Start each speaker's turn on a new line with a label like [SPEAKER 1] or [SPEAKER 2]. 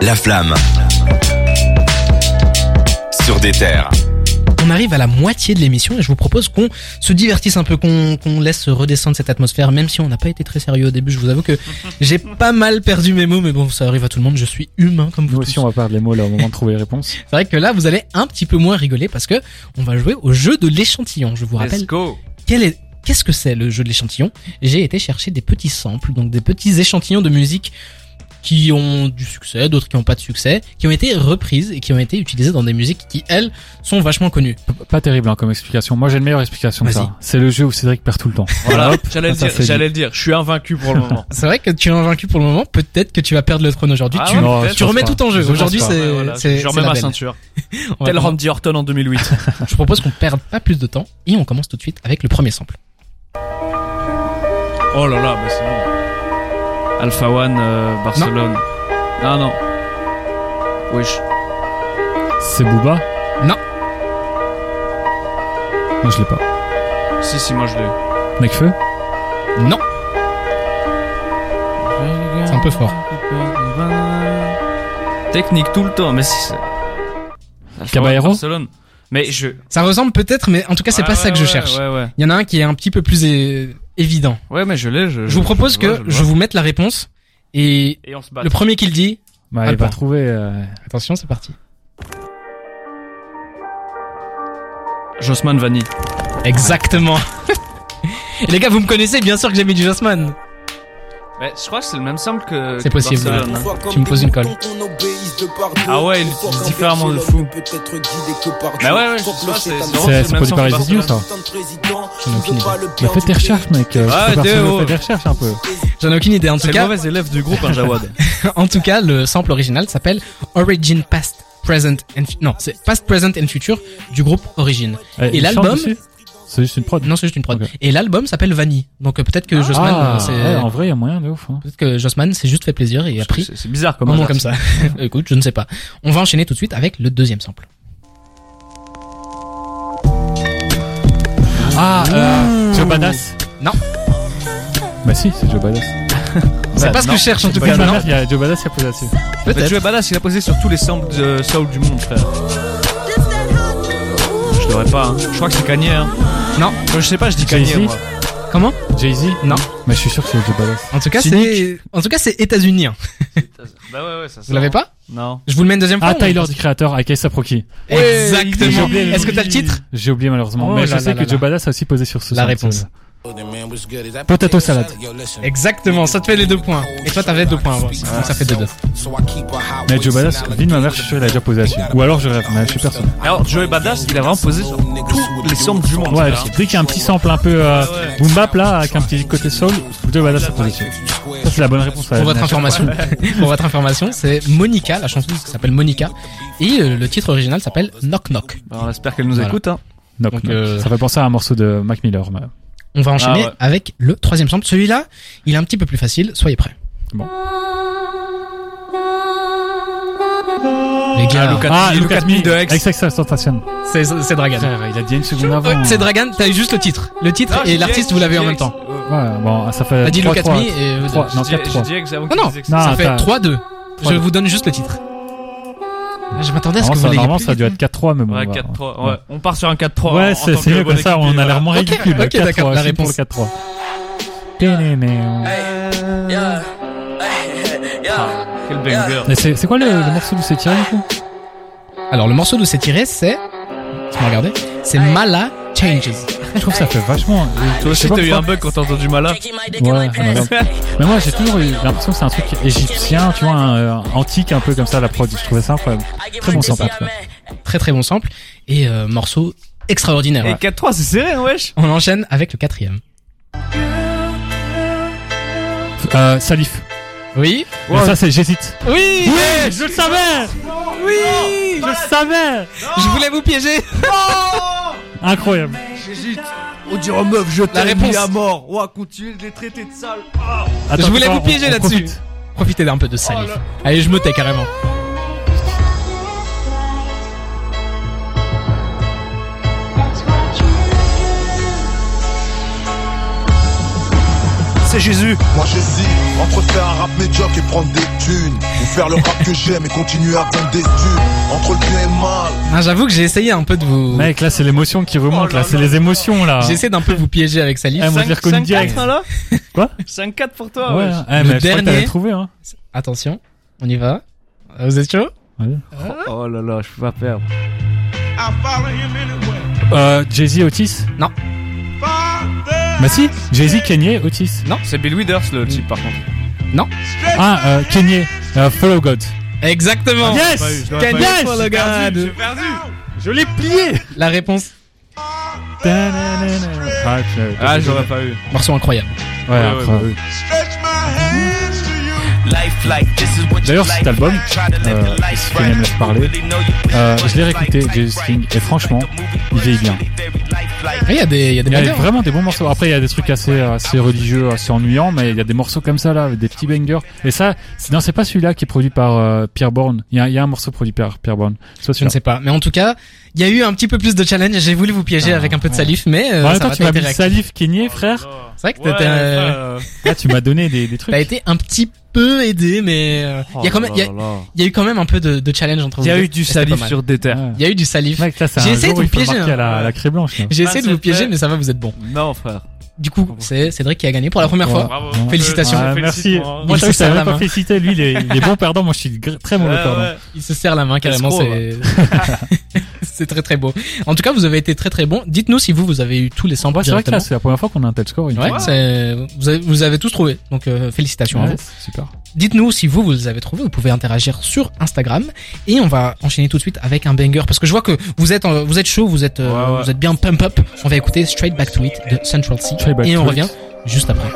[SPEAKER 1] La flamme. Sur des terres.
[SPEAKER 2] On arrive à la moitié de l'émission et je vous propose qu'on se divertisse un peu, qu'on qu'on laisse redescendre cette atmosphère, même si on n'a pas été très sérieux au début. Je vous avoue que j'ai pas mal perdu mes mots, mais bon, ça arrive à tout le monde. Je suis humain comme vous
[SPEAKER 3] Nous
[SPEAKER 2] tous.
[SPEAKER 3] aussi, on va perdre les mots là au moment de trouver les réponses.
[SPEAKER 2] C'est vrai que là, vous allez un petit peu moins rigoler parce que on va jouer au jeu de l'échantillon. Je vous rappelle
[SPEAKER 4] Let's go.
[SPEAKER 2] quel est qu'est-ce que c'est le jeu de l'échantillon J'ai été chercher des petits samples, donc des petits échantillons de musique qui ont du succès, d'autres qui n'ont pas de succès, qui ont été reprises et qui ont été utilisées dans des musiques qui elles sont vachement connues.
[SPEAKER 3] P- Pas terrible hein, comme explication. Moi, j'ai une meilleure explication que
[SPEAKER 2] Vas-y.
[SPEAKER 3] ça. C'est le jeu où Cédric perd tout le temps.
[SPEAKER 4] Voilà, j'allais le
[SPEAKER 3] ça
[SPEAKER 4] dire,
[SPEAKER 3] fait
[SPEAKER 4] j'allais le dire. Je suis invaincu pour le moment.
[SPEAKER 2] C'est vrai que tu es invaincu pour le moment, peut-être que tu vas perdre le trône aujourd'hui.
[SPEAKER 4] Ah
[SPEAKER 2] tu
[SPEAKER 4] ouais,
[SPEAKER 3] Non,
[SPEAKER 4] peut-être.
[SPEAKER 3] je
[SPEAKER 2] tu
[SPEAKER 3] pense
[SPEAKER 2] remets
[SPEAKER 3] pas.
[SPEAKER 2] tout en jeu.
[SPEAKER 3] Je pense
[SPEAKER 2] Aujourd'hui,
[SPEAKER 3] pas.
[SPEAKER 2] c'est
[SPEAKER 4] Ouais, voilà,
[SPEAKER 2] c'est-
[SPEAKER 4] je
[SPEAKER 2] c'est
[SPEAKER 4] remets
[SPEAKER 2] la
[SPEAKER 4] ma
[SPEAKER 2] belle.
[SPEAKER 4] ceinture.
[SPEAKER 2] On va
[SPEAKER 4] Tel
[SPEAKER 2] prendre-
[SPEAKER 4] Randy Orton en 2008.
[SPEAKER 2] Je propose qu'on perde pas plus de temps et on commence tout de suite avec le premier sample.
[SPEAKER 4] Oh là là, mais c'est bon. Alpha One, euh, Barcelone. Ah non. Wesh.
[SPEAKER 3] C'est Booba
[SPEAKER 2] Non.
[SPEAKER 3] Moi, je l'ai pas.
[SPEAKER 4] Si, si, moi je l'ai.
[SPEAKER 3] Necfeu
[SPEAKER 2] Non, c'est un peu fort.
[SPEAKER 4] Technique tout le temps, mais si. c'est- Alpha
[SPEAKER 3] Caballero
[SPEAKER 4] One, Barcelone. Mais je.
[SPEAKER 2] Ça ressemble peut-être, mais en tout cas, c'est
[SPEAKER 4] Ouais,
[SPEAKER 2] pas ça
[SPEAKER 4] ouais,
[SPEAKER 2] que je
[SPEAKER 4] Ah ouais,
[SPEAKER 2] cherche.
[SPEAKER 4] Ouais, ouais.
[SPEAKER 2] Il y en a un qui est un petit peu plus é- évident.
[SPEAKER 4] Ouais, mais je l'ai. Je,
[SPEAKER 2] Je vous propose
[SPEAKER 4] je le vois,
[SPEAKER 2] que
[SPEAKER 4] je le
[SPEAKER 2] je
[SPEAKER 4] vois.
[SPEAKER 2] vous mette la réponse et
[SPEAKER 4] Et on se bat.
[SPEAKER 2] le premier qui le dit.
[SPEAKER 3] Bah,
[SPEAKER 2] Ah,
[SPEAKER 3] il va
[SPEAKER 2] bon.
[SPEAKER 3] trouver. euh,
[SPEAKER 2] Attention, c'est parti.
[SPEAKER 4] Josman Vanny.
[SPEAKER 2] Exactement. Et les gars, vous me connaissez, bien sûr que j'ai mis du Jasmine.
[SPEAKER 4] Mais je crois que c'est le même sample que.
[SPEAKER 2] C'est
[SPEAKER 4] que
[SPEAKER 2] possible,
[SPEAKER 4] Barcelone, hein.
[SPEAKER 2] Tu me poses une colle.
[SPEAKER 4] Ah ouais, il utilise différemment de fou. Bah ouais, ouais, c'est- c'est-
[SPEAKER 3] C'est
[SPEAKER 4] le même
[SPEAKER 3] c'est produit
[SPEAKER 4] sens
[SPEAKER 3] par
[SPEAKER 4] que
[SPEAKER 3] Resident ça
[SPEAKER 4] Barcelone.
[SPEAKER 3] J'en ai aucune idée. Bah, fais tes recherches, mec. euh,
[SPEAKER 4] Ah,
[SPEAKER 3] fais partie de-
[SPEAKER 4] Théo.
[SPEAKER 3] Fais des recherches un peu.
[SPEAKER 2] J'en ai aucune idée. En tout
[SPEAKER 4] C'est le
[SPEAKER 2] cas,
[SPEAKER 4] mauvais élève du groupe, hein, Jawad.
[SPEAKER 2] en tout cas, le sample original s'appelle Origin Past Present and Fu- non, c'est Past Present and Future du groupe Origin.
[SPEAKER 3] Eh,
[SPEAKER 2] Et
[SPEAKER 3] il chante
[SPEAKER 2] l'album
[SPEAKER 3] dessus C'est juste une prod.
[SPEAKER 2] Non, c'est juste une prod.
[SPEAKER 3] Ok.
[SPEAKER 2] Et l'album s'appelle Vanille. Donc euh, peut-être que Jossman,
[SPEAKER 3] Ah,
[SPEAKER 2] euh, c'est
[SPEAKER 3] ouais, en vrai, il y a moyen de ouf. hein.
[SPEAKER 2] peut-être que Jossman s'est juste fait plaisir et a pris
[SPEAKER 4] C'est c'est bizarre
[SPEAKER 2] un
[SPEAKER 4] comme
[SPEAKER 2] moment
[SPEAKER 4] hasard.
[SPEAKER 2] comme ça. Écoute, je ne sais pas. On va enchaîner tout de suite avec le deuxième sample.
[SPEAKER 3] Ah, euh, Joe Badass
[SPEAKER 2] Non.
[SPEAKER 3] Bah si, c'est Joe Badass.
[SPEAKER 2] C'est pas ce que
[SPEAKER 4] non,
[SPEAKER 2] je cherche en tout
[SPEAKER 3] Bah,
[SPEAKER 2] cas.
[SPEAKER 3] ma
[SPEAKER 2] Non,
[SPEAKER 3] mère, il y a Joe Badass qui a posé là-dessus.
[SPEAKER 4] Bah,
[SPEAKER 2] peut-être.
[SPEAKER 4] Joe Badass, il a posé sur tous les samples de soul du monde, frère. Je devrais pas, hein. Je crois que c'est Kanye, hein.
[SPEAKER 2] Non.
[SPEAKER 4] Je sais pas, je dis
[SPEAKER 3] Jay-Z
[SPEAKER 4] Kanye, moi.
[SPEAKER 2] Comment
[SPEAKER 3] Jay-Z
[SPEAKER 2] Non.
[SPEAKER 3] Mais je suis sûr que c'est Joe Badass.
[SPEAKER 2] En tout cas,
[SPEAKER 3] Cynique.
[SPEAKER 2] c'est en tout cas c'est états-unien.
[SPEAKER 4] Bah ouais, ouais, ça
[SPEAKER 2] Vous l'avez pas
[SPEAKER 4] Non.
[SPEAKER 2] Je vous le mets une deuxième fois.
[SPEAKER 3] Ah,
[SPEAKER 2] ou-
[SPEAKER 3] Tyler, du créateur, avec Ace Rocky. Et
[SPEAKER 4] Ouais,
[SPEAKER 3] j'ai
[SPEAKER 2] Exactement.
[SPEAKER 3] oublié le-
[SPEAKER 2] Est-ce que t'as le titre
[SPEAKER 3] J'ai oublié malheureusement.
[SPEAKER 2] Oh
[SPEAKER 3] mais
[SPEAKER 2] là
[SPEAKER 3] je
[SPEAKER 2] là
[SPEAKER 3] sais
[SPEAKER 2] là
[SPEAKER 3] que
[SPEAKER 2] là.
[SPEAKER 3] Joe Badass a aussi posé sur ce
[SPEAKER 2] La
[SPEAKER 3] sample.
[SPEAKER 2] réponse.
[SPEAKER 3] Potato salade.
[SPEAKER 2] Exactement, ça te fait les deux points. Et toi t'avais deux points avant. aussi. Donc ça fait deux deux.
[SPEAKER 3] Mais Joe Badass, vie de ma mère, je suis sûr qu'il a déjà posé là-dessus. Ou alors je rêve, mais je suis personne.
[SPEAKER 4] Alors, Joe Badass, il a vraiment posé sur tous les samples du monde.
[SPEAKER 3] Ouais,
[SPEAKER 4] frère.
[SPEAKER 3] parce que dès qu'il y a un petit sample un peu euh, boom bap là, avec un petit côté soul, Joe Badass a posé dessus. Ça c'est la bonne réponse.
[SPEAKER 2] Pour votre information, pour votre information, c'est Monica, la chanteuse qui s'appelle Monica, et euh, le titre original s'appelle Knock Knock.
[SPEAKER 4] Bah, on espère qu'elle nous
[SPEAKER 2] Voilà.
[SPEAKER 4] écoute, hein.
[SPEAKER 3] Donc,
[SPEAKER 2] Donc, euh,
[SPEAKER 3] ça fait penser à un morceau de Mac Miller. mais-
[SPEAKER 2] On va enchaîner
[SPEAKER 4] Ah ouais.
[SPEAKER 2] avec le troisième sample. Celui-là, il est un petit peu plus facile. Soyez prêts.
[SPEAKER 3] Bon.
[SPEAKER 2] Les gars,
[SPEAKER 3] Ah,
[SPEAKER 4] Look at me de X.
[SPEAKER 3] Avec Sex Sensation.
[SPEAKER 2] c'est c'est Dragan.
[SPEAKER 3] Frère, il a dit une seconde avant.
[SPEAKER 2] Ouais, C'est Dragan. T'as eu juste le titre, le titre
[SPEAKER 4] Non, j'ai
[SPEAKER 2] et
[SPEAKER 4] dit
[SPEAKER 2] l'artiste.
[SPEAKER 4] Ah, X,
[SPEAKER 2] Vous l'avez
[SPEAKER 4] j'ai
[SPEAKER 2] en
[SPEAKER 4] dit
[SPEAKER 2] même
[SPEAKER 4] X.
[SPEAKER 2] temps. Euh,
[SPEAKER 4] Euh,
[SPEAKER 3] Ouais, bon, ça fait.
[SPEAKER 2] T'as Ah, dit
[SPEAKER 3] trois,
[SPEAKER 2] Look at
[SPEAKER 3] trois,
[SPEAKER 2] me et
[SPEAKER 3] trois, non,
[SPEAKER 4] j'ai-
[SPEAKER 3] quatre,
[SPEAKER 4] J'ai
[SPEAKER 3] trois.
[SPEAKER 4] dit X avant
[SPEAKER 2] Non, Oh
[SPEAKER 4] qu'il
[SPEAKER 2] non,
[SPEAKER 4] dise X.
[SPEAKER 3] Non,
[SPEAKER 2] ça fait
[SPEAKER 3] t'as-
[SPEAKER 2] 3-2. Je
[SPEAKER 3] 3-2.
[SPEAKER 2] vous donne juste le titre. Ah, Je m'attendais à ce que
[SPEAKER 3] Normalement,
[SPEAKER 2] vous
[SPEAKER 3] ça-
[SPEAKER 2] l'ayez
[SPEAKER 3] Normalement,
[SPEAKER 2] plus
[SPEAKER 3] ça a dû
[SPEAKER 2] vite.
[SPEAKER 3] être 4-3, mais bon.
[SPEAKER 4] Ouais,
[SPEAKER 3] bah,
[SPEAKER 4] 4-3. Ouais, on part sur un 4-3.
[SPEAKER 3] Ouais,
[SPEAKER 4] en- en
[SPEAKER 3] c'est
[SPEAKER 4] tant
[SPEAKER 3] c'est
[SPEAKER 4] que
[SPEAKER 3] mieux
[SPEAKER 4] bonne
[SPEAKER 3] comme ça,
[SPEAKER 4] équipe,
[SPEAKER 3] on a
[SPEAKER 4] voilà.
[SPEAKER 3] l'air moins
[SPEAKER 2] Ok,
[SPEAKER 3] ridicule.
[SPEAKER 2] ok,
[SPEAKER 3] 4-3,
[SPEAKER 2] d'accord, la
[SPEAKER 3] je suis pour le
[SPEAKER 2] réponse.
[SPEAKER 3] 4-3. Ténéméon.
[SPEAKER 4] Quel banger.
[SPEAKER 3] Mais c'est c'est quoi le, le morceau d'où c'est tiré du coup
[SPEAKER 2] Alors, le morceau d'où c'est tiré, c'est. Tu m'as regardé C'est Mala Changes.
[SPEAKER 3] Je trouve que ça fait vachement. euh,
[SPEAKER 4] Toi
[SPEAKER 3] Je sais
[SPEAKER 4] aussi,
[SPEAKER 3] pas
[SPEAKER 4] t'as eu
[SPEAKER 3] pourquoi.
[SPEAKER 4] un bug quand t'as entendu Mala.
[SPEAKER 3] Ouais, on avait un- mais moi j'ai toujours eu l'impression que c'est un truc égyptien, tu vois, un, euh, antique un peu comme ça la prod. Je trouvais ça incroyable. Très bon sample. en tout cas.
[SPEAKER 2] Très très bon sample. Et euh, morceau extraordinaire.
[SPEAKER 4] Et 4-3, c'est serré, hein, wesh.
[SPEAKER 2] On enchaîne avec le quatrième.
[SPEAKER 3] Euh, Salif.
[SPEAKER 2] Oui.
[SPEAKER 3] Mais ça c'est j'hésite.
[SPEAKER 2] Oui
[SPEAKER 3] je le savais. Oui, je le savais.
[SPEAKER 2] Je voulais vous piéger.
[SPEAKER 3] Incroyable.
[SPEAKER 4] J'hésite. On dirait aux meufs, je
[SPEAKER 2] La réponse.
[SPEAKER 4] mis à mort. Ouah, continuez de les traiter de sales. Ah.
[SPEAKER 3] Attends,
[SPEAKER 2] Je voulais
[SPEAKER 3] attends,
[SPEAKER 2] vous piéger
[SPEAKER 3] on- on
[SPEAKER 2] là-dessus.
[SPEAKER 3] profite.
[SPEAKER 2] Profitez d'un peu de salif. Allez, je me tais carrément.
[SPEAKER 1] c'est
[SPEAKER 4] C'est
[SPEAKER 1] Jésus.
[SPEAKER 5] Moi j'hésite entre faire un rap médiocre et prendre des thunes. Ou faire le rap que j'aime et continuer à vendre des thunes. Entre le bien et le mal.
[SPEAKER 2] Ah, J'avoue que j'ai essayé un peu de vous.
[SPEAKER 3] Mec, là, c'est l'émotion qui remonte,
[SPEAKER 4] Oh là
[SPEAKER 3] là. C'est
[SPEAKER 4] là
[SPEAKER 3] les émotions, là.
[SPEAKER 2] J'essaie d'un peu vous piéger avec sa
[SPEAKER 4] Eh,
[SPEAKER 3] Ah,
[SPEAKER 2] liste.
[SPEAKER 3] moi, je l'ai reconnu direct.
[SPEAKER 4] 5-4 hein, là
[SPEAKER 3] Quoi
[SPEAKER 4] 5-4 pour
[SPEAKER 3] Ouais,
[SPEAKER 4] toi, ouais.
[SPEAKER 3] hein. Eh,
[SPEAKER 2] Le
[SPEAKER 3] mais je crois que t'avais
[SPEAKER 2] dernier.
[SPEAKER 3] trouvé, hein.
[SPEAKER 2] Attention, on y va. Euh, Vous êtes chaud
[SPEAKER 4] Oh là là, je peux pas perdre.
[SPEAKER 3] Euh, Jay-Z, Otis
[SPEAKER 2] Non.
[SPEAKER 3] Bah si, Jay-Z, Kanye, Otis.
[SPEAKER 4] Non, c'est Bill Withers le type par contre.
[SPEAKER 3] Ah, euh, Kanye, euh, Follow God.
[SPEAKER 2] Exactement.
[SPEAKER 3] Yes
[SPEAKER 4] l'aurais
[SPEAKER 2] Kanye,
[SPEAKER 3] pas eu.
[SPEAKER 2] follow God.
[SPEAKER 3] Je l'ai plié
[SPEAKER 2] La réponse.
[SPEAKER 3] Ah, je-
[SPEAKER 4] Ah, j'aurais pas eu.
[SPEAKER 2] Morceau incroyable.
[SPEAKER 3] Ouais, après, euh, oui.
[SPEAKER 6] D'ailleurs, cet album, euh, si tu me laisse parler, euh, je l'ai réécouté, Jesus King, et franchement, il vieillit bien.
[SPEAKER 2] Ah, Il y a des, il y a des hein.
[SPEAKER 3] Il y a
[SPEAKER 2] modèles.
[SPEAKER 3] vraiment des bons morceaux. Après, il y a des trucs assez, euh, assez religieux, assez ennuyants, mais il y a des morceaux comme ça, là, avec des petits bangers. Et ça, c'est- non, c'est pas celui-là qui est produit par euh, Pierre Bourne. Il y a, il y a un morceau produit par Pierre Bourne. Soit
[SPEAKER 2] Je ne sais pas, mais en tout cas, il y a eu un petit peu plus de challenge. J'ai voulu vous piéger
[SPEAKER 3] Ah,
[SPEAKER 2] avec un peu de
[SPEAKER 3] ouais.
[SPEAKER 2] salif, mais euh,
[SPEAKER 3] En même
[SPEAKER 2] ça
[SPEAKER 3] temps,
[SPEAKER 2] va,
[SPEAKER 3] tu
[SPEAKER 2] t'as
[SPEAKER 3] m'as
[SPEAKER 2] été
[SPEAKER 3] mis
[SPEAKER 2] réactif.
[SPEAKER 3] Salif, Kenyé,
[SPEAKER 4] Oh
[SPEAKER 3] frère.
[SPEAKER 2] C'est vrai que t'étais, euh,
[SPEAKER 3] Là, tu m'as donné des, des trucs.
[SPEAKER 2] t'as été un petit peu aidé, mais euh, il y a quand même, il y a- il y a eu quand même un peu de, de challenge entre vous.
[SPEAKER 4] Oh Il y a
[SPEAKER 2] deux,
[SPEAKER 4] eu du
[SPEAKER 2] et c'était pas
[SPEAKER 4] salif
[SPEAKER 2] mal.
[SPEAKER 4] sur des terres.
[SPEAKER 3] Ouais.
[SPEAKER 2] Il y a eu du salif.
[SPEAKER 3] Mec, ça, c'est
[SPEAKER 2] J'ai
[SPEAKER 3] un
[SPEAKER 2] essayé
[SPEAKER 3] jour
[SPEAKER 2] de
[SPEAKER 3] où il
[SPEAKER 2] vous
[SPEAKER 3] faut le
[SPEAKER 2] piéger,
[SPEAKER 3] marquer à la,
[SPEAKER 4] hein.
[SPEAKER 3] à la craie blanche. là.
[SPEAKER 2] J'ai essayé de
[SPEAKER 4] Ah,
[SPEAKER 2] vous
[SPEAKER 4] c'est
[SPEAKER 2] piéger,
[SPEAKER 4] fait.
[SPEAKER 2] mais ça va, vous êtes bon.
[SPEAKER 4] Non, frère.
[SPEAKER 2] Du coup, c'est Cédric qui a gagné pour la première
[SPEAKER 3] Ouais.
[SPEAKER 2] fois.
[SPEAKER 4] Bravo.
[SPEAKER 3] Ouais.
[SPEAKER 2] Félicitations.
[SPEAKER 3] Ah, merci. Moi,
[SPEAKER 4] Félicitations.
[SPEAKER 2] Il
[SPEAKER 3] je
[SPEAKER 2] se
[SPEAKER 3] savais
[SPEAKER 2] serre la
[SPEAKER 3] même pas
[SPEAKER 2] main.
[SPEAKER 3] féliciter. Lui, il est, il est bon perdant. Moi, je suis gr- très mauvais
[SPEAKER 4] Ouais,
[SPEAKER 3] perdant.
[SPEAKER 4] ouais.
[SPEAKER 2] Il se serre la main carrément,
[SPEAKER 4] Escroc,
[SPEAKER 2] c'est c'est très très beau. En tout cas, vous avez été très très bon. Dites-nous si vous vous avez eu tous les 100
[SPEAKER 3] Ouais,
[SPEAKER 2] points
[SPEAKER 3] c'est vrai que là,
[SPEAKER 2] directement.
[SPEAKER 3] c'est la première fois qu'on a un tel score. il me
[SPEAKER 2] Ouais,
[SPEAKER 3] semble.
[SPEAKER 2] c'est- vous avez, vous avez tous trouvé, donc euh, félicitations à
[SPEAKER 3] Ouais,
[SPEAKER 2] vous.
[SPEAKER 3] c'est super.
[SPEAKER 2] Dites-nous si vous, vous les avez trouvés, vous pouvez interagir sur Instagram et on va enchaîner tout de suite avec un banger parce que je vois que vous êtes, en- vous êtes chaud, vous êtes, euh,
[SPEAKER 4] Ouais, ouais.
[SPEAKER 2] vous êtes bien pump up. On va écouter Straight Back to It de Central C
[SPEAKER 3] Straight Back
[SPEAKER 2] et
[SPEAKER 3] to
[SPEAKER 2] on
[SPEAKER 3] It.
[SPEAKER 2] revient juste après.